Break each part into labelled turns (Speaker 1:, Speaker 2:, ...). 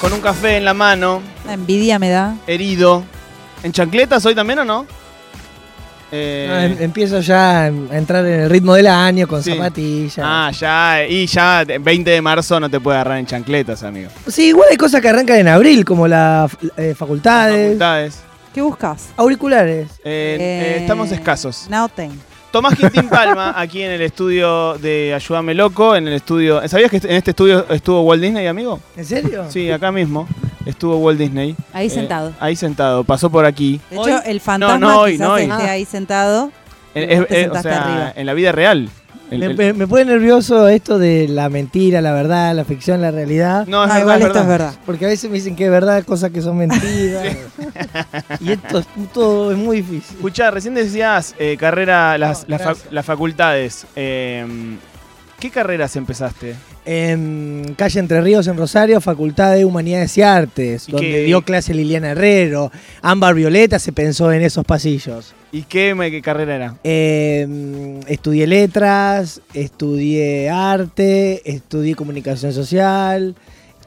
Speaker 1: con un café en la mano,
Speaker 2: La envidia me da.
Speaker 1: herido. ¿En chancletas hoy también o no? Eh,
Speaker 3: No, em- empiezo ya a entrar en el ritmo del año con
Speaker 1: Sí.
Speaker 3: zapatillas.
Speaker 1: Ah, ya, y ya eh, 20 de marzo no te puede agarrar en chancletas, amigo.
Speaker 3: Sí, igual hay cosas que arrancan en abril, como las eh, facultades,
Speaker 1: Facultades.
Speaker 2: ¿Qué buscas?
Speaker 3: auriculares.
Speaker 1: Eh, eh,
Speaker 2: Eh,
Speaker 1: estamos escasos.
Speaker 2: Now ten.
Speaker 1: Tomás Quintín Palma, aquí en el estudio de Ayúdame Loco, en el estudio... ¿Sabías que est- en este estudio estuvo Walt Disney, amigo?
Speaker 3: ¿En serio?
Speaker 1: Sí, acá mismo estuvo Walt Disney.
Speaker 4: Ahí
Speaker 1: Eh,
Speaker 4: sentado.
Speaker 1: ahí sentado, pasó por aquí.
Speaker 2: De
Speaker 1: Hoy-
Speaker 2: hecho, el fantasma
Speaker 1: no, hoy,
Speaker 2: quizás
Speaker 1: no, hoy. Ah.
Speaker 2: esté ahí sentado.
Speaker 1: En,
Speaker 2: Te
Speaker 1: es- es- o
Speaker 2: sentaste
Speaker 1: sea,
Speaker 2: arriba.
Speaker 1: en la vida real. El-
Speaker 3: Me,
Speaker 1: el-
Speaker 3: me- me pone nervioso esto de la mentira, la verdad, la ficción, la realidad.
Speaker 1: No, es
Speaker 2: Ah,
Speaker 1: verdad,
Speaker 2: igual
Speaker 1: es
Speaker 2: esto es
Speaker 1: verdad.
Speaker 2: verdad.
Speaker 3: Porque a veces me dicen que es verdad, cosas que son mentiras. y esto es, todo es muy difícil.
Speaker 1: Escuchá, recién decías eh, carrera, las,
Speaker 3: No,
Speaker 1: las fa-
Speaker 3: gracias.
Speaker 1: las facultades. Eh, ¿Qué carreras empezaste?
Speaker 3: En calle Entre Ríos, en Rosario, Facultad de Humanidades y Artes,
Speaker 1: ¿Y
Speaker 3: donde
Speaker 1: qué?
Speaker 3: dio clase Liliana Herrero. Ámbar Violeta se pensó en esos pasillos.
Speaker 1: ¿Y qué, me- qué carrera era?
Speaker 3: Eh, estudié letras, estudié arte, estudié comunicación social.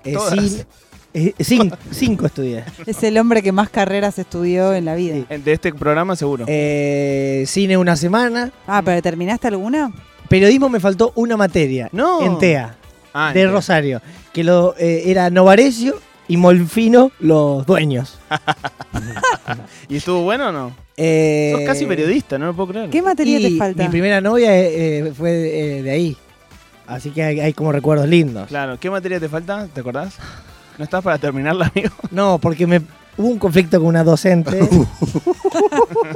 Speaker 3: eh,
Speaker 1: Todas.
Speaker 3: cine- eh, cin- cinco estudié.
Speaker 2: Es el hombre que más carreras estudió en la vida.
Speaker 3: Sí.
Speaker 1: De este programa seguro.
Speaker 3: Eh, cine una semana.
Speaker 2: Ah, pero ¿terminaste alguna?
Speaker 3: Periodismo me faltó una materia.
Speaker 1: No.
Speaker 3: En TEA,
Speaker 1: Ah,
Speaker 3: de
Speaker 1: entiendo.
Speaker 3: Rosario. Que lo eh, era Novarecio y Molfino los dueños.
Speaker 1: ¿Y estuvo bueno o no?
Speaker 3: Eh,
Speaker 1: Ah, Sos casi periodista, no lo puedo creer.
Speaker 2: ¿Qué materia
Speaker 3: y
Speaker 2: te falta?
Speaker 3: Mi primera novia eh, eh, fue de, eh, de ahí. Así que hay, hay como recuerdos lindos.
Speaker 1: Claro, ¿qué materia te falta? ¿Te acordás? ¿No estás para terminarla, amigo?
Speaker 3: No, porque me hubo un conflicto con una docente.
Speaker 1: Uh.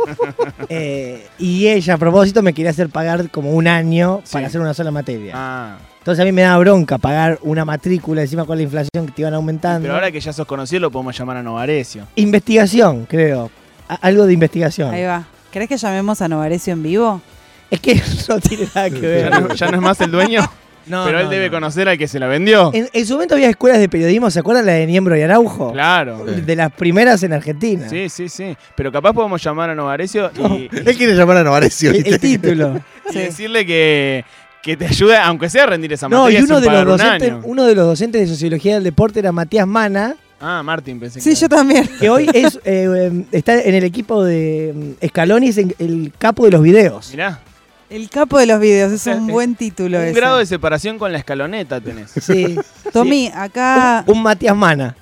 Speaker 3: Eh, y ella, a propósito, me quería hacer pagar como un año
Speaker 1: Sí.
Speaker 3: para hacer una sola materia.
Speaker 1: Ah,
Speaker 3: Entonces a mí me daba bronca pagar una matrícula encima con la inflación que te iban aumentando.
Speaker 1: pero ahora que ya sos conocido lo podemos llamar a Novarecio.
Speaker 3: Investigación, creo. A- algo de investigación.
Speaker 2: Ahí va. ¿Crees que llamemos a Novarecio en vivo?
Speaker 3: Es que no tiene nada que
Speaker 1: ¿Ya
Speaker 3: ver.
Speaker 1: no, ya no es más el dueño?
Speaker 3: No,
Speaker 1: pero él
Speaker 3: no,
Speaker 1: debe
Speaker 3: no.
Speaker 1: conocer al que se la vendió.
Speaker 3: En, en su momento había escuelas de periodismo, ¿se acuerdan la de Niembro y Araujo?
Speaker 1: Claro.
Speaker 3: De las primeras en Argentina.
Speaker 1: Sí, sí, sí. Pero capaz podemos llamar a Novarecio y,
Speaker 5: Él quiere llamar a Novarecio.
Speaker 3: El, el título.
Speaker 1: y decirle que, que te ayude, aunque sea a rendir esa
Speaker 3: No,
Speaker 1: materia.
Speaker 3: y uno
Speaker 1: sin
Speaker 3: de, los
Speaker 1: pagar un
Speaker 3: docentes,
Speaker 1: año.
Speaker 3: uno de los docentes de sociología del deporte era Matías Mana,
Speaker 1: Ah, Martín, pensé
Speaker 2: Sí,
Speaker 1: que.
Speaker 2: yo también.
Speaker 3: que hoy es, eh, em, está en el equipo de em, Scaloni, es en- el capo de los videos.
Speaker 1: Mirá,
Speaker 2: El capo de los videos, es
Speaker 1: sea,
Speaker 2: un
Speaker 1: es
Speaker 2: buen título
Speaker 1: un
Speaker 2: ese.
Speaker 1: grado de separación con la escaloneta tenés.
Speaker 3: Sí. ah.
Speaker 2: Tommy, acá,
Speaker 3: Un, un Matías Mana.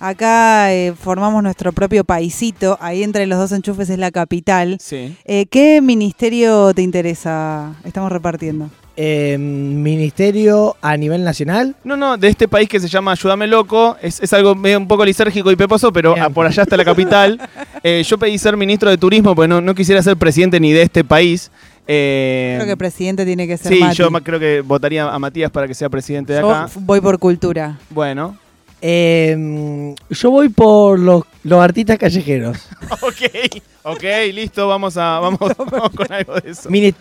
Speaker 2: acá eh, formamos nuestro propio paisito, ahí entre los dos enchufes es la capital.
Speaker 1: Sí.
Speaker 2: Eh, ¿Qué ministerio te interesa? Estamos repartiendo.
Speaker 3: Em, ministerio a nivel nacional.
Speaker 1: No, no, de este país que se llama Ayúdame Loco, es, es algo medio un poco lisérgico y peposo, pero
Speaker 3: Bien.
Speaker 1: ah, por allá está la capital. Eh, yo pedí ser ministro de turismo, porque no, no quisiera ser presidente ni de este país. Eh,
Speaker 2: Creo que presidente tiene que ser
Speaker 1: sí,
Speaker 2: Mati.
Speaker 1: yo ma- creo que votaría a Matías para que sea presidente de
Speaker 2: Yo
Speaker 1: acá.
Speaker 2: f- voy por cultura.
Speaker 1: Bueno.
Speaker 3: Em, yo voy por los, los artistas callejeros.
Speaker 1: Ok, ok, listo, vamos a vamos, vamos con algo de eso.
Speaker 3: Mini-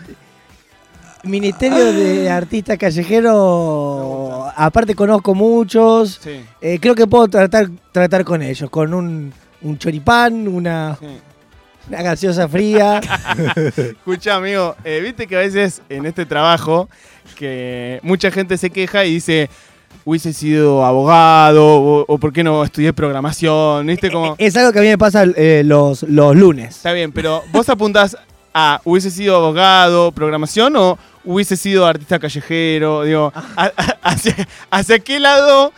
Speaker 3: Ministerio de Artistas Callejeros, aparte conozco muchos,
Speaker 1: Sí,
Speaker 3: eh, creo que puedo tratar, tratar con ellos, con un, un choripán, una,
Speaker 1: sí.
Speaker 3: una gaseosa fría.
Speaker 1: Escucha, amigo, eh, viste que a veces en este trabajo que mucha gente se queja y dice hubiese sido abogado o, o por qué no estudié programación, viste como
Speaker 3: Es algo que a mí me pasa eh, los, los lunes.
Speaker 1: está bien, pero vos apuntás a hubiese sido abogado, programación o hubiese sido artista callejero, digo, a- a- hacia, hacia qué lado,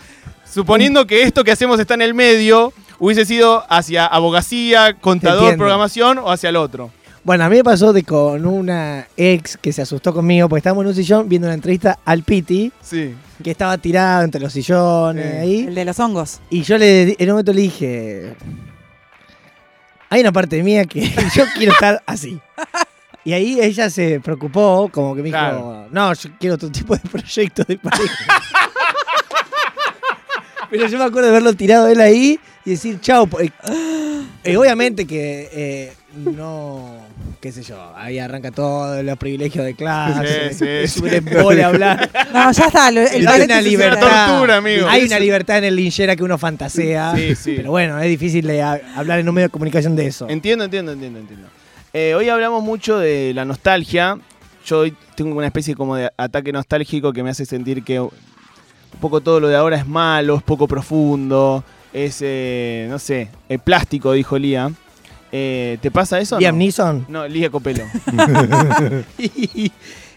Speaker 1: suponiendo que esto que hacemos está en el medio, hubiese sido hacia abogacía, contador,
Speaker 3: Entiendo.
Speaker 1: programación o hacia el otro.
Speaker 3: Bueno, a mí me pasó de con una ex que se asustó conmigo porque estábamos en un sillón viendo una entrevista al Piti,
Speaker 1: Sí.
Speaker 3: que estaba tirado entre los sillones
Speaker 1: Sí.
Speaker 3: ahí.
Speaker 2: El de los hongos.
Speaker 3: Y yo le, en un momento le dije, hay una parte mía que yo quiero estar así. Y ahí ella se preocupó, como que me dijo,
Speaker 1: Claro.
Speaker 3: no, yo quiero otro tipo de proyecto de pareja. Pero yo me acuerdo de verlo tirado él ahí y decir, chao. po- eh, eh, obviamente que eh, no, qué sé yo, ahí arranca todo, los privilegios de clase,
Speaker 1: Sí, sí,
Speaker 3: es un
Speaker 1: sí.
Speaker 3: embole hablar.
Speaker 2: No, ya está. lo- El,
Speaker 3: Hay
Speaker 2: paréntesis
Speaker 3: una
Speaker 2: era-
Speaker 3: libertad.
Speaker 1: tortura, amigo.
Speaker 3: Hay una libertad en el linchera que uno fantasea.
Speaker 1: Sí, sí.
Speaker 3: Pero bueno, es difícil de ha- hablar en un medio de comunicación de eso.
Speaker 1: Entiendo, entiendo, entiendo, entiendo. Eh, hoy hablamos mucho de la nostalgia. Yo hoy tengo una especie como de ataque nostálgico que me hace sentir que un poco todo lo de ahora es malo, es poco profundo, es, eh, no sé, eh, plástico, dijo Lía. Eh, ¿Te pasa eso? o
Speaker 3: Liam
Speaker 1: no?
Speaker 3: Neeson.
Speaker 1: no, Lía Copelo.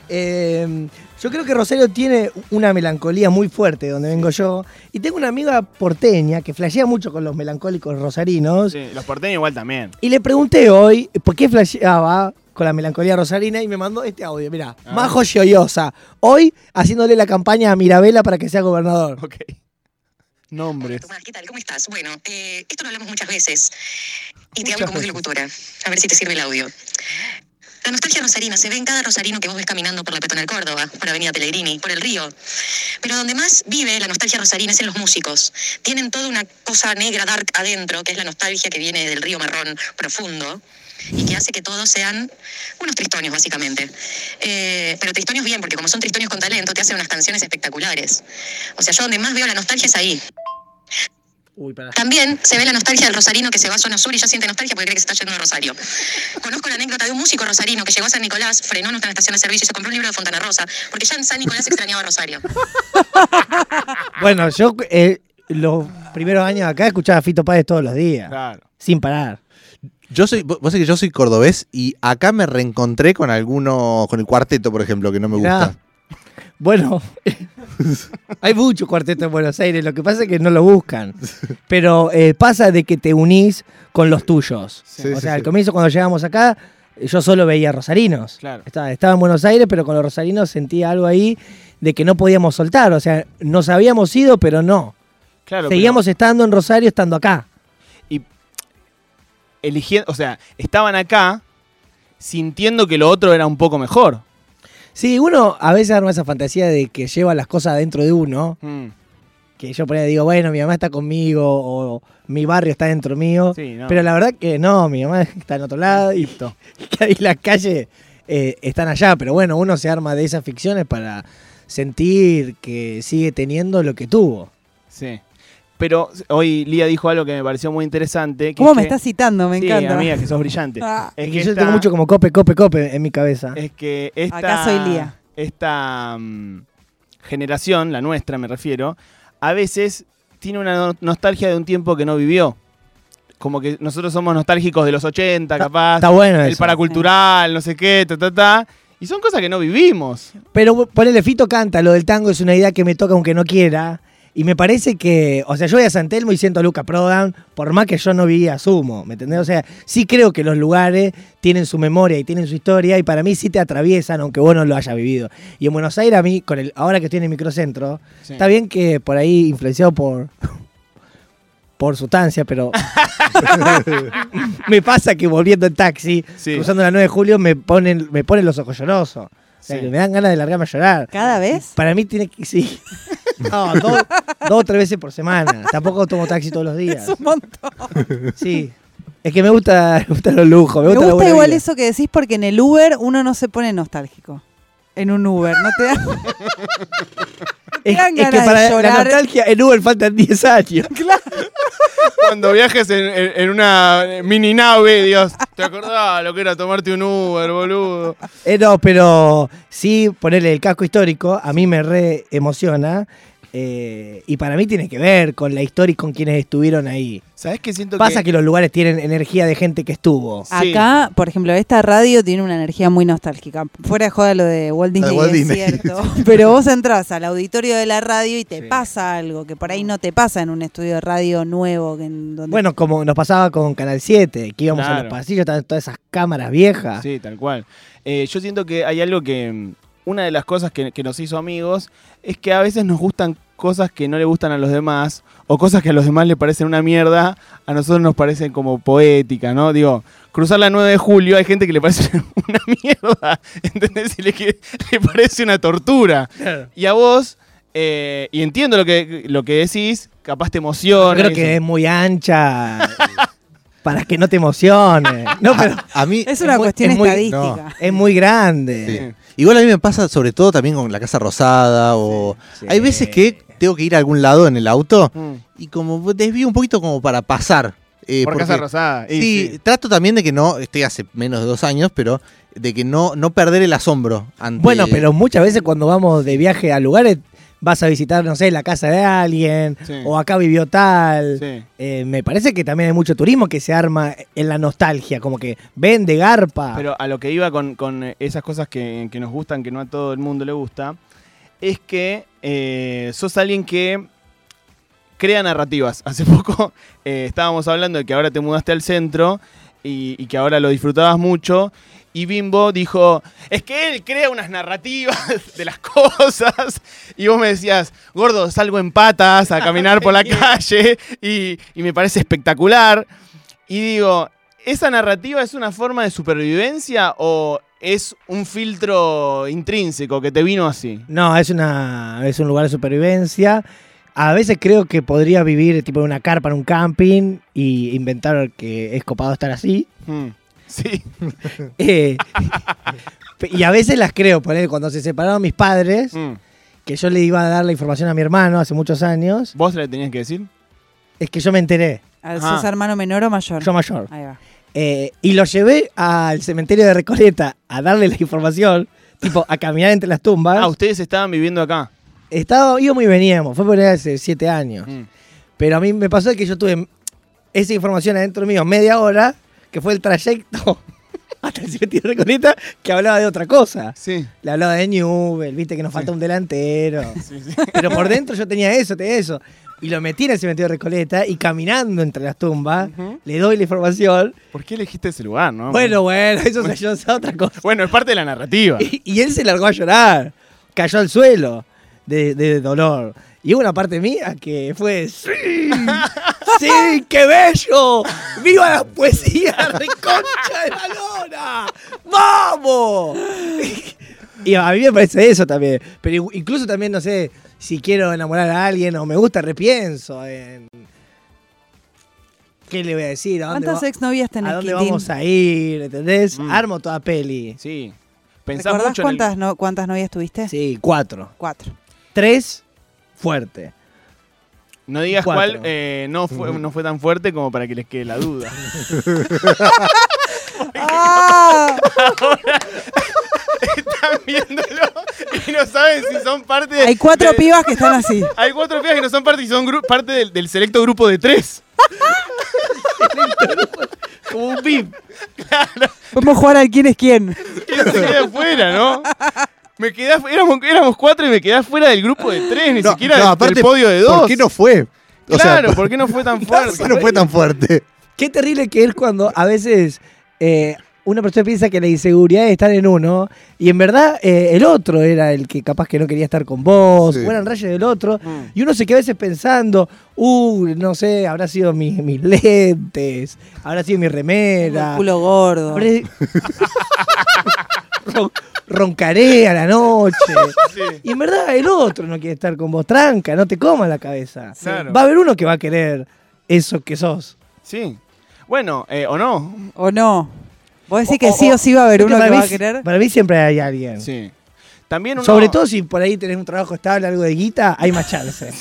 Speaker 3: Eh, yo creo que Rosario tiene una melancolía muy fuerte donde vengo yo. Y tengo una amiga porteña que flashea mucho con los melancólicos rosarinos.
Speaker 1: Sí, los porteños igual también.
Speaker 3: Y le pregunté hoy por qué flasheaba con la melancolía rosarina y me mandó este audio. Mirá,
Speaker 1: Ah.
Speaker 3: Majo Gioiosa, hoy haciéndole la campaña a Mirabela para que sea gobernador.
Speaker 1: Ok. Nombres.
Speaker 4: Tomás, ¿qué tal? ¿Cómo estás? Bueno, eh, esto lo hablamos muchas veces. Y te
Speaker 3: Muchas
Speaker 4: hablo como soy
Speaker 3: veces.
Speaker 4: locutora. A ver si te sirve el audio. La nostalgia rosarina se ve en cada rosarino que vos ves caminando por la peatonal Córdoba, por Avenida Pellegrini, por el río. Pero donde más vive la nostalgia rosarina es en los músicos. Tienen toda una cosa negra, dark adentro, que es la nostalgia que viene del río marrón profundo y que hace que todos sean unos tristonios, básicamente. Eh, pero tristonios bien, porque como son tristonios con talento, te hacen unas canciones espectaculares. O sea, yo donde más veo la nostalgia es ahí.
Speaker 3: Uy, para.
Speaker 4: También se ve la nostalgia del rosarino que se va a zona sur y ya siente nostalgia porque cree que se está yendo de Rosario. Conozco la anécdota de un músico rosarino que llegó a San Nicolás, frenó en una estación de servicio y se compró un libro de Fontana Rosa, porque ya en San Nicolás extrañaba a Rosario.
Speaker 3: Bueno, yo eh, los primeros años acá escuchaba a Fito Páez todos los días,
Speaker 1: Claro.
Speaker 3: sin parar.
Speaker 5: Yo soy, vos vos sabés que yo soy cordobés y acá me reencontré con alguno, con el cuarteto, por ejemplo, que no me
Speaker 3: Mirá.
Speaker 5: gusta.
Speaker 3: Bueno, hay mucho cuarteto en Buenos Aires, lo que pasa es que no lo buscan. Pero eh, pasa de que te unís con los tuyos.
Speaker 5: Sí,
Speaker 3: o
Speaker 5: sí,
Speaker 3: sea,
Speaker 5: sí.
Speaker 3: al comienzo cuando llegamos acá, yo solo veía rosarinos.
Speaker 1: Claro.
Speaker 3: Estaba, estaba en Buenos Aires, pero con los rosarinos sentía algo ahí de que no podíamos soltar. O sea, nos habíamos ido, pero no.
Speaker 1: Claro,
Speaker 3: Seguíamos estando en Rosario, estando acá.
Speaker 1: pero eligiendo, o sea, estaban acá sintiendo que lo otro era un poco mejor.
Speaker 3: Sí, uno a veces arma esa fantasía de que lleva las cosas dentro de uno,
Speaker 1: Mm,
Speaker 3: que yo por ahí digo, bueno, mi mamá está conmigo o mi barrio está dentro mío.
Speaker 1: Sí, no.
Speaker 3: Pero la verdad que no, mi mamá está en otro lado y, y las calles eh, están allá. Pero bueno, uno se arma de esas ficciones para sentir que sigue teniendo lo que tuvo.
Speaker 1: sí. Pero hoy Lía dijo algo que me pareció muy interesante. que
Speaker 2: ¿Cómo
Speaker 1: es
Speaker 2: me
Speaker 1: que-
Speaker 2: estás citando? Me
Speaker 1: Sí,
Speaker 2: encanta.
Speaker 1: amiga, que sos brillante.
Speaker 2: Ah.
Speaker 1: Es
Speaker 3: Y
Speaker 1: que
Speaker 3: yo
Speaker 1: esta-
Speaker 3: tengo mucho como cope, cope, cope en mi cabeza.
Speaker 1: Es que esta.
Speaker 2: Acá soy Lía.
Speaker 1: Esta mm, generación, la nuestra me refiero, a veces tiene una no- nostalgia de un tiempo que no vivió. Como que nosotros somos nostálgicos de los 80, capaz.
Speaker 3: Está bueno
Speaker 1: el
Speaker 3: eso.
Speaker 1: paracultural, no sé qué, ta, ta, ta. Y son cosas que no vivimos.
Speaker 3: Pero ponele, Fito canta, lo del tango es una idea que me toca aunque no quiera. Y me parece que, o sea, yo voy a San Telmo y siento a Luca Prodan, por más que yo no vivía Sumo, ¿me entendés? O sea, sí creo que los lugares tienen su memoria y tienen su historia y para mí sí te atraviesan, aunque vos no lo hayas vivido. Y en Buenos Aires, a mí, con el, ahora que estoy en el microcentro,
Speaker 1: Sí.
Speaker 3: está bien que por ahí influenciado por, por sustancia, pero me pasa que volviendo en taxi,
Speaker 1: Sí.
Speaker 3: cruzando la 9 de julio, me ponen, me ponen los ojos llorosos. O sea,
Speaker 1: Sí.
Speaker 3: que me dan ganas de largarme a llorar.
Speaker 2: ¿Cada vez?
Speaker 3: Para mí tiene que. Sí. No, dos, dos o tres veces por semana. Tampoco tomo taxi todos los días.
Speaker 2: Es un montón.
Speaker 3: Sí. Es que me gusta, me gustan los lujos. Me
Speaker 2: Me
Speaker 3: gusta, la
Speaker 2: gusta
Speaker 3: buena
Speaker 2: igual
Speaker 3: vida.
Speaker 2: eso que decís porque en el Uber uno no se pone nostálgico. En un Uber, no te da. te
Speaker 3: Es,
Speaker 2: dan
Speaker 3: es que
Speaker 2: ganas de
Speaker 3: para la
Speaker 2: llorar.
Speaker 3: nostalgia en Uber faltan 10 años.
Speaker 1: Cuando viajes en, en- en una mini nave, Dios, ¿te acordás lo que era tomarte un Uber, boludo?
Speaker 3: Eh, no, pero sí, ponerle el casco histórico a mí me re emociona. eh, y para mí tiene que ver con la historia y con quienes estuvieron ahí.
Speaker 1: ¿Sabés qué siento
Speaker 3: Pasa que los lugares tienen energía de gente que estuvo.
Speaker 1: Sí.
Speaker 2: Acá, por ejemplo, esta radio tiene una energía muy nostálgica. Fuera de joda lo de Walt
Speaker 5: La de
Speaker 2: Disney,
Speaker 5: Walt
Speaker 2: es
Speaker 5: Disney.
Speaker 2: cierto. Pero vos entras al auditorio de la radio y te
Speaker 1: Sí.
Speaker 2: pasa algo que por ahí no te pasa en un estudio de radio nuevo. que en donde
Speaker 3: Bueno, como nos pasaba con Canal 7, que íbamos a
Speaker 1: Claro.
Speaker 3: los pasillos, estaban todas esas cámaras
Speaker 5: Ah.
Speaker 3: viejas.
Speaker 1: Sí, tal cual. Eh, yo siento que hay algo que. mm, Una de las cosas que, que nos hizo amigos es que a veces nos gustan cosas que no le gustan a los demás o cosas que a los demás le parecen una mierda, a nosotros nos parecen como poética, ¿no? Digo, cruzar la 9 de julio hay gente que le parece una mierda, ¿entendés? Y le, que- le parece una tortura. Y a vos, eh, y entiendo lo que, lo que decís, capaz te
Speaker 3: Yo
Speaker 1: emociona.
Speaker 3: creo
Speaker 1: y
Speaker 3: que
Speaker 1: eso.
Speaker 3: es muy ancha para que no te emociones. No, pero
Speaker 5: A, a mí.
Speaker 2: es una
Speaker 3: es muy-
Speaker 2: cuestión
Speaker 3: es muy-
Speaker 2: estadística.
Speaker 3: es muy
Speaker 5: sí.
Speaker 3: grande.
Speaker 5: Igual a mí me pasa sobre todo también con la Casa Rosada o.
Speaker 3: Sí.
Speaker 5: Hay veces que tengo que ir a algún lado en el auto
Speaker 1: Mm.
Speaker 5: y como pues, desvío un poquito como para pasar. eh,
Speaker 1: Por
Speaker 5: porque-
Speaker 1: Casa Rosada. y
Speaker 5: Sí, trato también de que no, estoy hace menos de dos años, pero de que no, no perder el asombro ante
Speaker 3: Bueno, pero muchas veces cuando vamos de viaje a lugares vas a visitar, no sé, la casa de alguien,
Speaker 1: Sí.
Speaker 3: o acá vivió tal.
Speaker 1: Sí.
Speaker 3: Eh, me parece que también hay mucho turismo que se arma en la nostalgia, como que vende garpa.
Speaker 1: Pero a lo que iba con, con, eh, esas cosas que, que nos gustan, que no a todo el mundo le gusta, es que eh, sos alguien que crea narrativas. Hace poco eh, estábamos hablando de que ahora te mudaste al centro y, y que ahora lo disfrutabas mucho. Y Bimbo dijo, es que él crea unas narrativas de las cosas. Y vos me decías, gordo, salgo en patas a caminar por la calle y, y me parece espectacular. Y digo, ¿esa narrativa es una forma de supervivencia o es un filtro intrínseco que te vino así?
Speaker 3: No, es, una, es un lugar de supervivencia. A veces creo que podría vivir tipo en una carpa, en un camping, y inventar que es copado estar así.
Speaker 1: Hmm. Sí.
Speaker 3: Eh, y a veces las creo, poner cuando se separaron mis padres,
Speaker 1: Mm.
Speaker 3: que yo le iba a dar la información a mi hermano hace muchos años,
Speaker 1: ¿Vos le tenías que decir?
Speaker 3: es que yo me enteré,
Speaker 2: Ah,
Speaker 1: Ajá.
Speaker 2: ¿Sos hermano menor o mayor?
Speaker 3: yo mayor.
Speaker 2: Ahí va.
Speaker 3: Eh, y lo llevé al cementerio de Recoleta a darle la información, tipo a caminar entre las tumbas.
Speaker 1: Ah, ustedes estaban viviendo acá.
Speaker 3: Estaba, íbamos y veníamos, fue por ahí hace siete años.
Speaker 1: Mm.
Speaker 3: Pero a mí me pasó que yo tuve esa información adentro mío media hora, que fue el trayecto hasta el cementerio de Recoleta, que hablaba de otra cosa.
Speaker 1: Sí.
Speaker 3: Le hablaba de Newell, viste que nos falta un delantero.
Speaker 1: Sí, sí.
Speaker 3: Pero por dentro yo tenía eso, tenía eso. Y lo metí en el cementerio de Recoleta y caminando entre las tumbas,
Speaker 1: Ujú.
Speaker 3: le doy la información.
Speaker 1: ¿Por qué elegiste ese lugar, no?
Speaker 3: Bueno, bueno, eso se yo a otra cosa.
Speaker 1: Bueno, es parte de la narrativa.
Speaker 3: Y, y él se largó a llorar. Cayó al suelo de, de dolor. Y hubo una parte mía que fue. ¡Sí! ¡Sí! ¡Qué bello! ¡Viva la poesía! ¡Reconcha de la lona! ¡Vamos! Y a mí me parece eso también. Pero igu- incluso también, no sé, si quiero enamorar a alguien o me gusta, repienso en. ¿Qué le voy a decir? ¿A dónde,
Speaker 2: ¿Cuántas
Speaker 3: va-
Speaker 2: exnovias tenés,
Speaker 3: a dónde
Speaker 2: Quintín?
Speaker 3: vamos a ir? ¿Entendés?
Speaker 1: Mm.
Speaker 3: Armo toda peli.
Speaker 1: Sí. Pensás
Speaker 2: ¿Recordás
Speaker 1: mucho en el-
Speaker 2: cuántas, no- cuántas novias tuviste?
Speaker 3: Sí, cuatro.
Speaker 2: Cuatro.
Speaker 3: Tres, fuerte.
Speaker 1: No digas
Speaker 3: Cuatro.
Speaker 1: cuál eh, no, fue, no fue tan fuerte como para que les quede la duda.
Speaker 2: ¡Ah!
Speaker 1: Están viéndolo y no saben si son parte de-
Speaker 2: Hay cuatro
Speaker 1: de-
Speaker 2: pibas que están así.
Speaker 1: Hay cuatro pibas que no son parte y son gru- parte del, del selecto grupo de tres.
Speaker 3: Como un pip.
Speaker 2: Podemos jugar al quién es quién.
Speaker 1: ¿Quién se queda fuera, no? Me quedé, afu- éramos, éramos cuatro y me quedé fuera del grupo de tres, ni
Speaker 5: No,
Speaker 1: siquiera
Speaker 5: no,
Speaker 1: del-
Speaker 5: aparte,
Speaker 1: del podio de dos.
Speaker 5: ¿Por qué no fue? O sea,
Speaker 1: claro, ¿por qué no fue tan
Speaker 5: ¿por
Speaker 1: fuerte?
Speaker 5: qué no fue tan fuerte?
Speaker 3: Qué terrible que es cuando a veces eh, una persona piensa que la inseguridad está en uno y en verdad eh, el otro era el que capaz que no quería estar con vos,
Speaker 5: Sí.
Speaker 3: o eran rayos del otro.
Speaker 2: Mm.
Speaker 3: Y uno se queda a veces pensando, uh, no sé, habrá sido mi- mis lentes, habrá sido mi remera.
Speaker 2: El culo gordo.
Speaker 3: habré- Ron- roncaré a la noche.
Speaker 1: Sí.
Speaker 3: Y en verdad el otro no quiere estar con vos. Tranca, no te comas la cabeza.
Speaker 1: Claro.
Speaker 3: Va a haber uno que va a querer eso que sos.
Speaker 1: Sí. Bueno, eh, o no.
Speaker 2: ¿O no? ¿Vos decís que
Speaker 3: O- o-
Speaker 2: sí o sí va a haber
Speaker 3: Viste,
Speaker 2: uno que
Speaker 3: para
Speaker 2: va
Speaker 3: mí
Speaker 2: a
Speaker 3: si-
Speaker 2: querer?
Speaker 3: Para mí siempre hay alguien.
Speaker 1: Sí. También uno-
Speaker 3: Sobre todo si por ahí tenés un trabajo estable, algo de guita, hay más chance.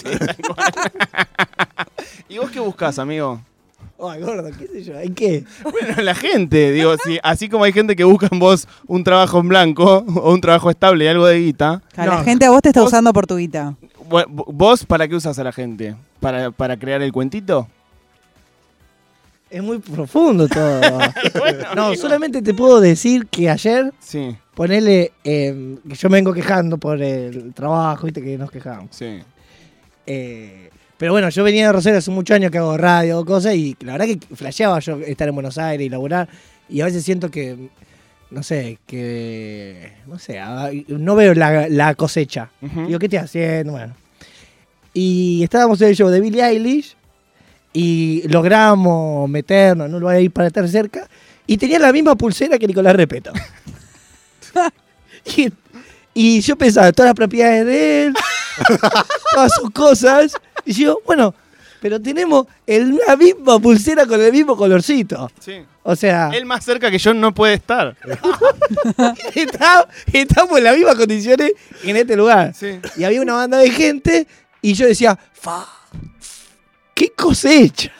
Speaker 1: ¿Y vos qué buscás, amigo?
Speaker 3: Ay, gordo, qué sé yo, ¿en qué?
Speaker 1: Bueno, la gente, digo, si, así como hay gente que busca en vos un trabajo en blanco o un trabajo estable y algo de guita,
Speaker 2: Claro, La
Speaker 3: No.
Speaker 2: gente a vos te está
Speaker 1: Vos-
Speaker 2: usando por tu guita.
Speaker 1: vo- vo- ¿vos para qué usas a la gente? ¿Para, para crear el cuentito?
Speaker 3: Es muy profundo todo. no, solamente te puedo decir que ayer,
Speaker 1: Sí,
Speaker 3: ponele, eh, que yo me vengo quejando por el trabajo, viste que nos quejamos.
Speaker 1: sí.
Speaker 3: Eh, pero bueno, yo venía de Rosario hace muchos años que hago radio, cosas, y la verdad que flasheaba yo estar en Buenos Aires y laburar. Y a veces siento que, no sé, que, no sé, a- no veo la, la cosecha.
Speaker 1: Ujú.
Speaker 3: Digo, ¿qué te haciendo? Bueno. Y estábamos en el show de Billie Eilish y logramos meternos en un lugar ahí para estar cerca. Y tenía la misma pulsera que Nicolás Repeto. y, y yo pensaba, todas las propiedades de él, todas sus cosas. Y yo, bueno, pero tenemos el, la misma pulsera con el mismo colorcito.
Speaker 1: Sí.
Speaker 3: O sea,
Speaker 1: Ah. Él más cerca que yo no puede estar.
Speaker 3: está- estamos en las mismas condiciones en este lugar.
Speaker 1: Sí.
Speaker 3: Y había una banda de gente y yo decía, fa, ¿Qué cosecha?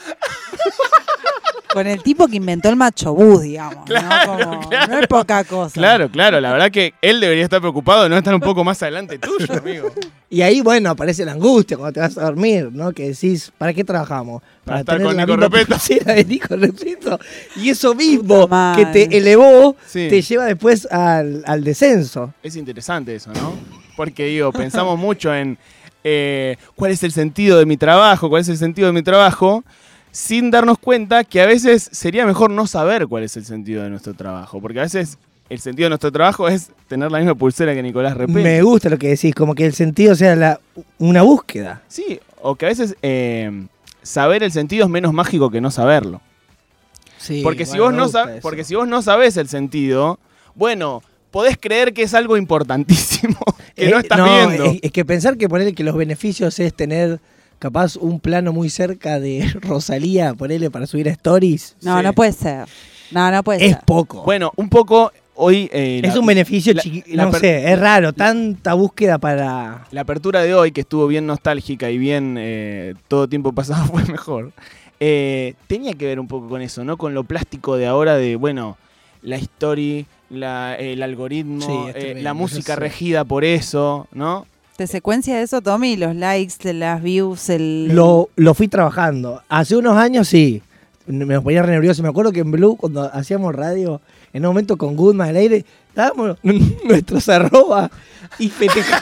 Speaker 2: Con el tipo que inventó el macho bus, digamos.
Speaker 1: Claro,
Speaker 2: ¿no? Como,
Speaker 1: claro.
Speaker 2: no es poca cosa.
Speaker 1: Claro, claro, la verdad que él debería estar preocupado de no estar un poco más adelante tuyo, amigo.
Speaker 3: Y ahí, bueno, aparece la angustia cuando te vas a dormir, ¿no? Que decís, ¿para qué trabajamos?
Speaker 1: Para estar con
Speaker 3: la
Speaker 1: Nico
Speaker 3: misma
Speaker 1: Repetto.
Speaker 3: pulsera de Nico Repetto. Y eso mismo
Speaker 2: Puta
Speaker 3: que
Speaker 2: madre.
Speaker 3: te elevó
Speaker 1: Sí.
Speaker 3: te lleva después al, al descenso.
Speaker 1: Es interesante eso, ¿no? Porque digo, pensamos mucho en eh, cuál es el sentido de mi trabajo, cuál es el sentido de mi trabajo, sin darnos cuenta que a veces sería mejor no saber cuál es el sentido de nuestro trabajo, porque a veces el sentido de nuestro trabajo es tener la misma pulsera que Nicolás Repetto.
Speaker 3: Me gusta lo que decís, como que el sentido sea la, una búsqueda.
Speaker 1: Sí, o que a veces eh, saber el sentido es menos mágico que no saberlo. Porque, si vos no sab- porque si vos no sabés el sentido, bueno, podés creer que es algo importantísimo que no
Speaker 3: Eh,
Speaker 1: estás
Speaker 3: no,
Speaker 1: viendo.
Speaker 3: Es, es que pensar que ponerle que los beneficios es tener capaz un plano muy cerca de Rosalía, ponerle para subir a stories,
Speaker 2: No,
Speaker 1: Sí.
Speaker 2: no puede ser. No, no puede
Speaker 3: es
Speaker 2: ser.
Speaker 3: poco.
Speaker 1: Bueno, un poco hoy... eh,
Speaker 3: es
Speaker 1: la-
Speaker 3: un beneficio,
Speaker 1: la-
Speaker 3: chiqui-
Speaker 1: la
Speaker 3: no
Speaker 1: per-
Speaker 3: sé, es raro, tanta búsqueda para...
Speaker 1: La apertura de hoy, que estuvo bien nostálgica y bien eh, todo tiempo pasado fue mejor, eh, tenía que ver un poco con eso, ¿no? Con lo plástico de ahora de, bueno, la story, la- el algoritmo,
Speaker 3: Sí, es
Speaker 1: eh,
Speaker 3: tremendo,
Speaker 1: la
Speaker 3: eso
Speaker 1: música
Speaker 3: sí.
Speaker 1: regida por eso, ¿no?
Speaker 2: Te secuencia eso, Tommy, los likes, las views, el...
Speaker 3: Lo, lo fui trabajando. Hace unos años sí, me ponía re nervioso. Me acuerdo que en Blue, cuando hacíamos radio, en un momento con Goodman al aire, dábamos nuestros arroba y festeja-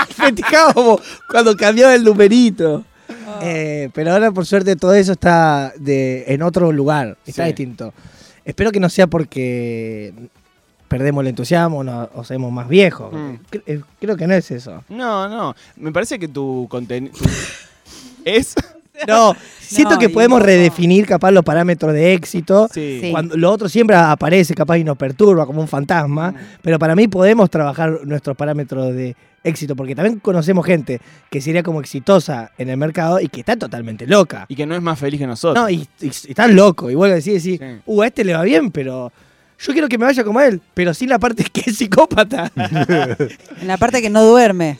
Speaker 3: festejábamos cuando cambiaba el numerito.
Speaker 1: Ah.
Speaker 3: Eh, pero ahora, por suerte, todo eso está de, en otro lugar, está
Speaker 1: Sí.
Speaker 3: distinto. Espero que no sea porque perdemos el entusiasmo no- o somos más viejos.
Speaker 1: Mm.
Speaker 3: Cre- eh, creo que no es eso.
Speaker 1: No, no. Me parece que tu contenido... es...
Speaker 3: No, siento
Speaker 2: No,
Speaker 3: que
Speaker 2: y
Speaker 3: podemos
Speaker 2: no.
Speaker 3: redefinir capaz los parámetros de éxito.
Speaker 1: Sí.
Speaker 2: Sí.
Speaker 3: Cuando lo otro siempre aparece capaz y nos perturba como un fantasma, pero para mí podemos trabajar nuestros parámetros de éxito, porque también conocemos gente que sería como exitosa en el mercado y que está totalmente loca.
Speaker 1: Y que no es más feliz que nosotros.
Speaker 3: No, y, y- y está loco, y vuelve a decir, decir,
Speaker 1: Sí.
Speaker 3: uh, a este le va bien, pero yo quiero que me vaya como él, pero sin la parte que es psicópata.
Speaker 2: En la parte que no duerme.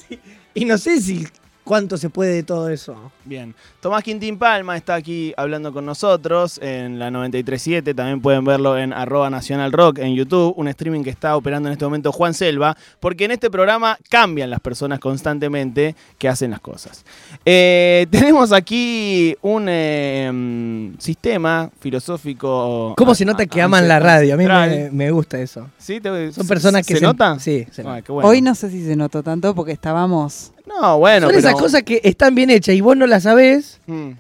Speaker 3: y no sé si cuánto se puede de todo eso.
Speaker 1: Bien. Tomás Quintín Palma está aquí hablando con nosotros en la 937. También pueden verlo en arroba Nacional Rock en YouTube, un streaming que está operando en este momento Juan Selva, porque en este programa cambian las personas constantemente que hacen las cosas. Eh, tenemos aquí un eh, mm, sistema filosófico.
Speaker 3: ¿Cómo
Speaker 1: a-
Speaker 3: se nota
Speaker 1: a-
Speaker 3: que aman la radio? A mí me,
Speaker 1: ancestral.
Speaker 3: me gusta eso.
Speaker 1: ¿Sí? Te-
Speaker 3: Son personas que
Speaker 1: ¿Se,
Speaker 3: se-
Speaker 1: nota?
Speaker 3: sí, se
Speaker 1: Ah,
Speaker 3: nota.
Speaker 1: qué bueno.
Speaker 2: Hoy no sé si se notó tanto porque estábamos...
Speaker 1: No, bueno.
Speaker 3: Son esas
Speaker 1: pero-
Speaker 3: cosas que están bien hechas y vos no las sabés,
Speaker 1: Mm.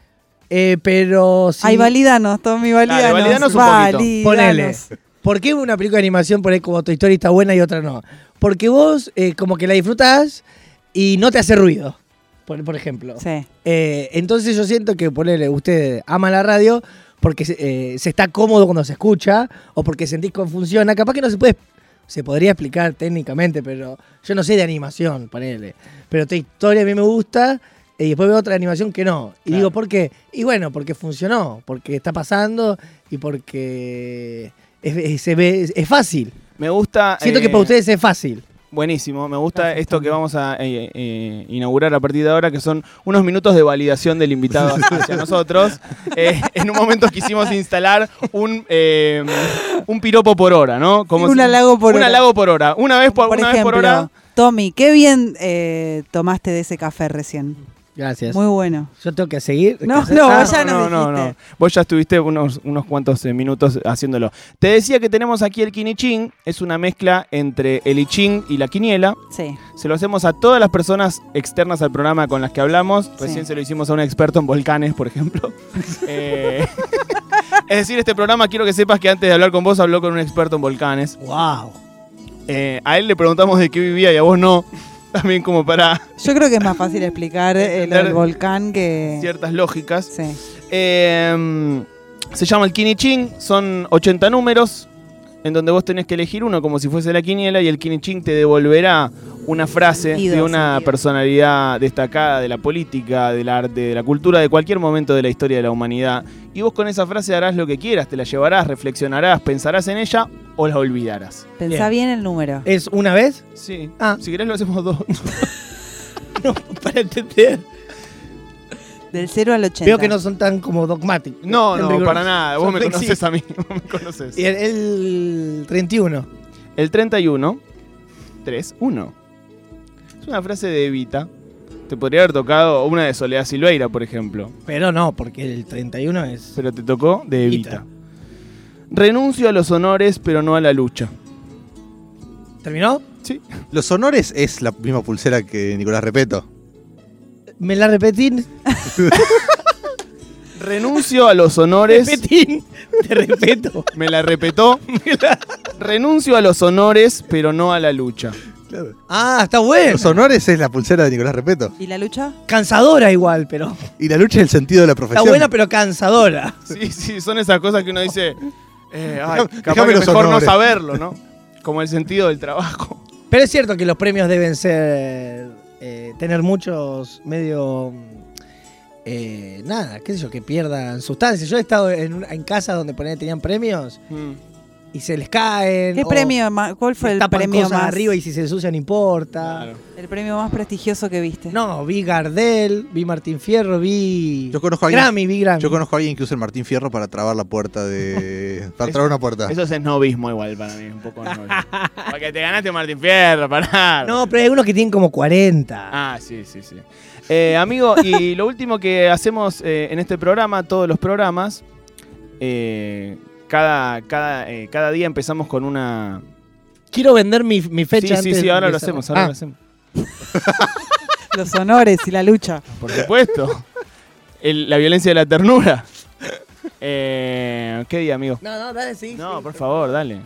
Speaker 3: eh, pero sí.
Speaker 2: Ay, validanos, Tommy, validanos.
Speaker 1: Dale, validanos un poquito.
Speaker 3: Ponele.
Speaker 2: Validanos.
Speaker 3: ¿Por qué una película de animación por ahí como tu historia está buena y otra no? Porque vos eh, como que la disfrutás y no te hace ruido, por, por ejemplo.
Speaker 2: Sí.
Speaker 3: Eh, entonces yo siento que, ponele, usted ama la radio porque se, eh, se está cómodo cuando se escucha o porque sentís que funciona. Capaz que no se puede, se podría explicar técnicamente, pero yo no sé de animación, ponele. Pero esta historia a mí me gusta y después veo otra animación que no. Y
Speaker 1: Claro.
Speaker 3: digo, ¿por qué? Y bueno, porque funcionó, porque está pasando y porque es, es- se ve- es- es fácil.
Speaker 1: Me gusta.
Speaker 3: Siento que
Speaker 1: eh,
Speaker 3: para ustedes es fácil.
Speaker 1: Buenísimo, me gusta esto que vamos a eh, eh, inaugurar a partir de ahora, que son unos minutos de validación del invitado hacia nosotros. Eh, en un momento quisimos instalar un, eh, un piropo por hora, ¿no?
Speaker 2: Un halago por
Speaker 1: un
Speaker 2: hora.
Speaker 1: halago por hora. Una vez por,
Speaker 2: Por
Speaker 1: una vez
Speaker 2: ejemplo,
Speaker 1: por hora.
Speaker 2: Tommy, qué bien eh, tomaste de ese café recién.
Speaker 3: Gracias.
Speaker 2: Muy bueno.
Speaker 3: Yo tengo que seguir.
Speaker 2: No,
Speaker 3: ¿Qué
Speaker 2: no,
Speaker 3: hacer?
Speaker 2: Ah, ya nos dijiste.
Speaker 1: Vos ya estuviste unos, unos cuantos eh, minutos haciéndolo. Te decía que tenemos aquí el quinichín, es una mezcla entre el ichín y la quiniela.
Speaker 2: Sí.
Speaker 1: Se lo hacemos a todas las personas externas al programa con las que hablamos. Recién se lo hicimos a un experto en volcanes, por ejemplo. Eh, es decir, este programa quiero que sepas que antes de hablar con vos habló con un experto en volcanes.
Speaker 3: Wow.
Speaker 1: Eh, a él le preguntamos de qué vivía y a vos no. También como para
Speaker 2: Yo creo que es más fácil explicar eh, lo del volcán que...
Speaker 1: ciertas lógicas.
Speaker 2: Sí.
Speaker 1: Eh, se llama el Kiniching, son 80 números en donde vos tenés que elegir uno como si fuese la quiniela y el Kiniching te devolverá una frase
Speaker 2: Sentido,
Speaker 1: de una
Speaker 2: sentido.
Speaker 1: personalidad destacada de la política, del arte, de la cultura, de cualquier momento de la historia de la humanidad. Y vos con esa frase harás lo que quieras, te la llevarás, reflexionarás, pensarás en ella o la olvidarás.
Speaker 2: Pensá bien el número.
Speaker 3: ¿Es una vez?
Speaker 1: Sí.
Speaker 3: Ah.
Speaker 1: Si querés lo hacemos dos.
Speaker 3: para entender.
Speaker 2: Del 0 al 80.
Speaker 3: Veo que no son tan como dogmáticos.
Speaker 1: No,
Speaker 3: tan
Speaker 1: no,
Speaker 3: rigurosos.
Speaker 1: para nada. Vos
Speaker 3: Son
Speaker 1: me
Speaker 3: flexibles.
Speaker 1: conoces a mí. Vos me conoces.
Speaker 3: Y el, el 31.
Speaker 1: El 31, 3, 1. Es una frase de Evita. Te podría haber tocado una de Soledad Silveira, por ejemplo.
Speaker 3: Pero no, porque el 31 es.
Speaker 1: Pero te tocó de Evita.
Speaker 3: Evita.
Speaker 1: Renuncio a los honores, pero no a la lucha.
Speaker 3: ¿Terminó?
Speaker 1: Sí.
Speaker 5: Los honores es la misma pulsera que Nicolás Repeto.
Speaker 3: ¿Me la repetís?
Speaker 1: Renuncio a los honores.
Speaker 3: Repetín. Te respeto.
Speaker 1: Me la repetó. Renuncio a los honores, pero no a la lucha.
Speaker 3: Ah, está bueno.
Speaker 5: Los honores es la pulsera de Nicolás Repeto.
Speaker 2: ¿Y la lucha?
Speaker 3: Cansadora igual, pero.
Speaker 5: Y la lucha es el sentido de la profesión.
Speaker 3: Está buena, pero cansadora.
Speaker 1: Sí, sí, son esas cosas que uno dice. eh, ay,
Speaker 5: Dejame-
Speaker 1: capaz
Speaker 5: dejame
Speaker 1: que
Speaker 5: los
Speaker 1: mejor no
Speaker 5: honores.
Speaker 1: saberlo, ¿no? Como el sentido del trabajo.
Speaker 3: Pero es cierto que los premios deben ser. eh, tener muchos medio. eh, nada, qué sé yo, que pierdan sustancia. Yo he estado en, un- en casas donde ponía, tenían premios
Speaker 1: Mm.
Speaker 3: y se les caen.
Speaker 2: ¿Qué
Speaker 3: o
Speaker 2: premio ma- ¿Cuál fue el
Speaker 3: tapan
Speaker 2: premio
Speaker 3: cosas
Speaker 2: más?
Speaker 3: arriba y si se ensucia no importa.
Speaker 1: Claro.
Speaker 2: El premio más prestigioso que viste.
Speaker 3: No, vi Gardel, vi Martín Fierro, vi.
Speaker 5: Yo conozco a alguien-
Speaker 3: Grammy, vi Grammy.
Speaker 5: Yo conozco a alguien que usa el Martín Fierro para trabar la puerta de. para trabar una puerta.
Speaker 1: Eso es esnovismo igual para mí, un poco esnobismo. Porque te ganaste Martín Fierro, pará.
Speaker 3: No, pero hay unos que tienen como 40.
Speaker 1: Ah, sí, sí, sí. Eh, amigo, y lo último que hacemos eh, en este programa, todos los programas, eh, cada, cada, eh, cada día empezamos con una...
Speaker 3: Quiero vender mi, mi fecha.
Speaker 1: sí, sí,
Speaker 3: antes
Speaker 1: sí,
Speaker 3: de
Speaker 1: ahora lo
Speaker 3: empezar.
Speaker 1: hacemos, ahora
Speaker 3: Ah,
Speaker 1: lo hacemos.
Speaker 2: Los honores y la lucha.
Speaker 1: Por supuesto. El- la violencia de la ternura. Eh, ¿Qué día, amigo?
Speaker 3: No, no, dale, sí.
Speaker 1: No, por favor, dale.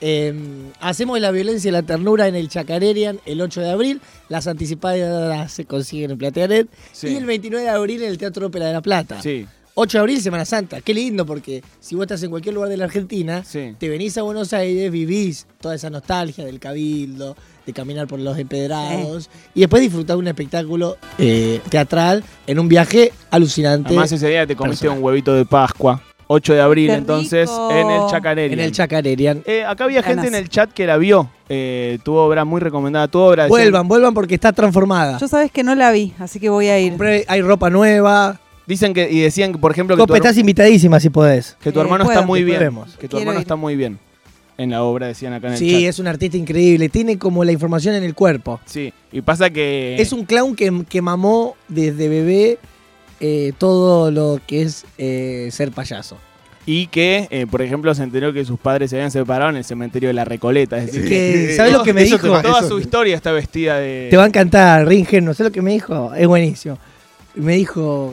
Speaker 3: Eh, hacemos la violencia y la ternura en el Chacarerian el 8 de abril. Las anticipadas se consiguen en Plateanet.
Speaker 1: Sí.
Speaker 3: Y el 29 de abril en el Teatro Ópera de la Plata.
Speaker 1: Sí,
Speaker 3: 8 de abril, Semana Santa. Qué lindo, porque si vos estás en cualquier lugar de la Argentina,
Speaker 1: Sí.
Speaker 3: te venís a Buenos Aires, vivís toda esa nostalgia del cabildo, de caminar por los empedrados, y después disfrutar de un espectáculo eh, teatral en un viaje alucinante
Speaker 1: además ese día te comiste
Speaker 3: personal.
Speaker 1: un huevito de Pascua. 8 de abril,
Speaker 2: Qué
Speaker 1: entonces,
Speaker 2: rico.
Speaker 1: en el Chacareri.
Speaker 3: en el Chacarerian.
Speaker 1: Eh, acá había
Speaker 2: Ganas.
Speaker 1: gente en el chat que la vio. Eh, tu obra muy recomendada, tu obra.
Speaker 3: Vuelvan, vuelvan porque está transformada.
Speaker 2: Yo sabes que no la vi, así que voy a ir.
Speaker 3: Ah. Compré- hay ropa nueva.
Speaker 1: Dicen que, y decían, que, por ejemplo, que tu,
Speaker 3: Copa,
Speaker 1: herma-
Speaker 3: estás invitadísima si podés.
Speaker 1: que tu
Speaker 2: Eh,
Speaker 1: hermano
Speaker 2: puedo,
Speaker 1: está muy
Speaker 3: te
Speaker 1: bien.
Speaker 3: podemos.
Speaker 1: Que tu
Speaker 2: Quiero
Speaker 1: hermano
Speaker 2: ir.
Speaker 1: está muy bien. En la obra decían acá en el
Speaker 3: Sí,
Speaker 1: chat.
Speaker 3: es un artista increíble. Tiene como la información en el cuerpo.
Speaker 1: Sí, y pasa que.
Speaker 3: Es un clown que, que mamó desde bebé eh, todo lo que es eh, ser payaso.
Speaker 1: Y que, eh, por ejemplo, se enteró que sus padres se habían separado en el cementerio de la Recoleta. Es decir,
Speaker 3: Que, ¿Sabes lo que me
Speaker 5: Eso
Speaker 3: dijo?
Speaker 5: te va-
Speaker 1: toda
Speaker 5: eso-
Speaker 1: su historia está vestida de.
Speaker 3: Te va a encantar, Ringen, no sé lo que me dijo, es buenísimo. Me dijo,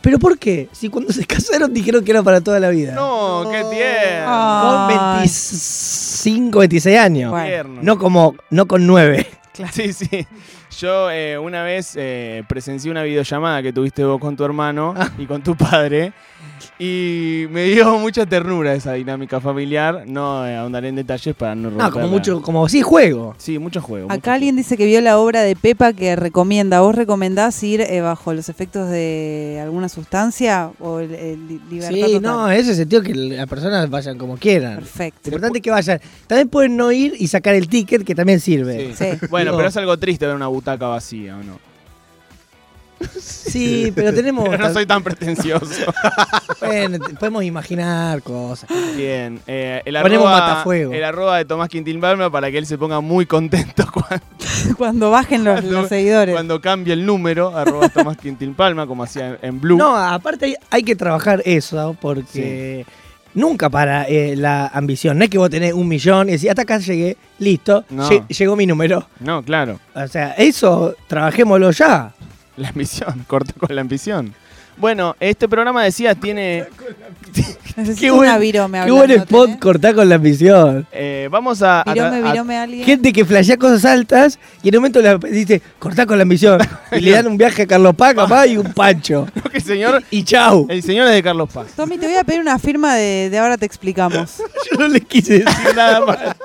Speaker 3: ¿pero por qué? Si cuando se casaron dijeron que era para toda la vida.
Speaker 1: No, qué tierno.
Speaker 2: Ah.
Speaker 3: Con
Speaker 2: Ay.
Speaker 3: 25, 26 años.
Speaker 2: Bueno.
Speaker 1: Tierno.
Speaker 3: No como, no con 9.
Speaker 1: Sí, sí. Yo eh, una vez eh, presencié una videollamada que tuviste vos con tu hermano y con tu padre. Y me dio mucha ternura esa dinámica familiar. No eh, ahondaré en detalles para no romper.
Speaker 3: No, como mucho, como sí, juego.
Speaker 1: Sí, mucho juego. mucho
Speaker 2: Acá alguien dice que vio la obra de Pepa que recomienda. ¿Vos recomendás ir eh, bajo los efectos de alguna sustancia o el, el li- libertad
Speaker 3: Sí,
Speaker 2: total?
Speaker 3: no, eh, en ese sentido que las personas vayan como quieran. Lo
Speaker 2: Perfecto.
Speaker 3: importante es que vayan. También pueden no ir y sacar el ticket, que también sirve.
Speaker 1: juego. Sí.
Speaker 2: Sí.
Speaker 1: Bueno,
Speaker 3: Digo-
Speaker 1: pero es algo triste ver una butaca vacía, ¿o no?
Speaker 3: Sí, pero tenemos.
Speaker 1: Pero no soy tan pretencioso.
Speaker 3: Bueno, te- podemos imaginar cosas.
Speaker 1: Bien. eh, el
Speaker 3: Ponemos
Speaker 1: arroba-
Speaker 3: matafuego.
Speaker 1: El arroba de Tomás Quintín Palma para que él se ponga muy contento cuando.
Speaker 2: Cuando bajen los, los
Speaker 1: Cuando-
Speaker 2: seguidores.
Speaker 1: Cuando cambie el número, arroba Tomás Quintín Palma, como hacía en Blue.
Speaker 3: No, aparte hay, hay que trabajar eso, porque nunca para eh, la ambición. No es que vos tenés un millón y decís, hasta acá llegué, listo,
Speaker 1: No.
Speaker 3: lle- llegó mi número.
Speaker 1: No, claro.
Speaker 3: O sea, eso, trabajémoslo ya.
Speaker 1: La ambición, corto con la ambición. Bueno, este programa decía tiene.
Speaker 2: Necesito
Speaker 3: qué
Speaker 2: una
Speaker 3: buen-
Speaker 2: virome
Speaker 3: Qué buen
Speaker 2: hablándote,
Speaker 3: spot
Speaker 2: ¿eh?
Speaker 3: cortar con la ambición.
Speaker 1: eh, vamos a. a-
Speaker 2: Virome,
Speaker 1: a-
Speaker 2: virome a alguien.
Speaker 3: Gente que flashea cosas altas y en un momento le dice, cortá con la ambición. Y le dan un viaje a Carlos Paz, capaz, y un pancho.
Speaker 1: Creo que el señor.
Speaker 3: Y chau.
Speaker 1: El señor es de Carlos Paz.
Speaker 2: Tommy, te voy a pedir una firma de, de ahora te explicamos.
Speaker 3: Yo no le quise decir.
Speaker 1: Nada más.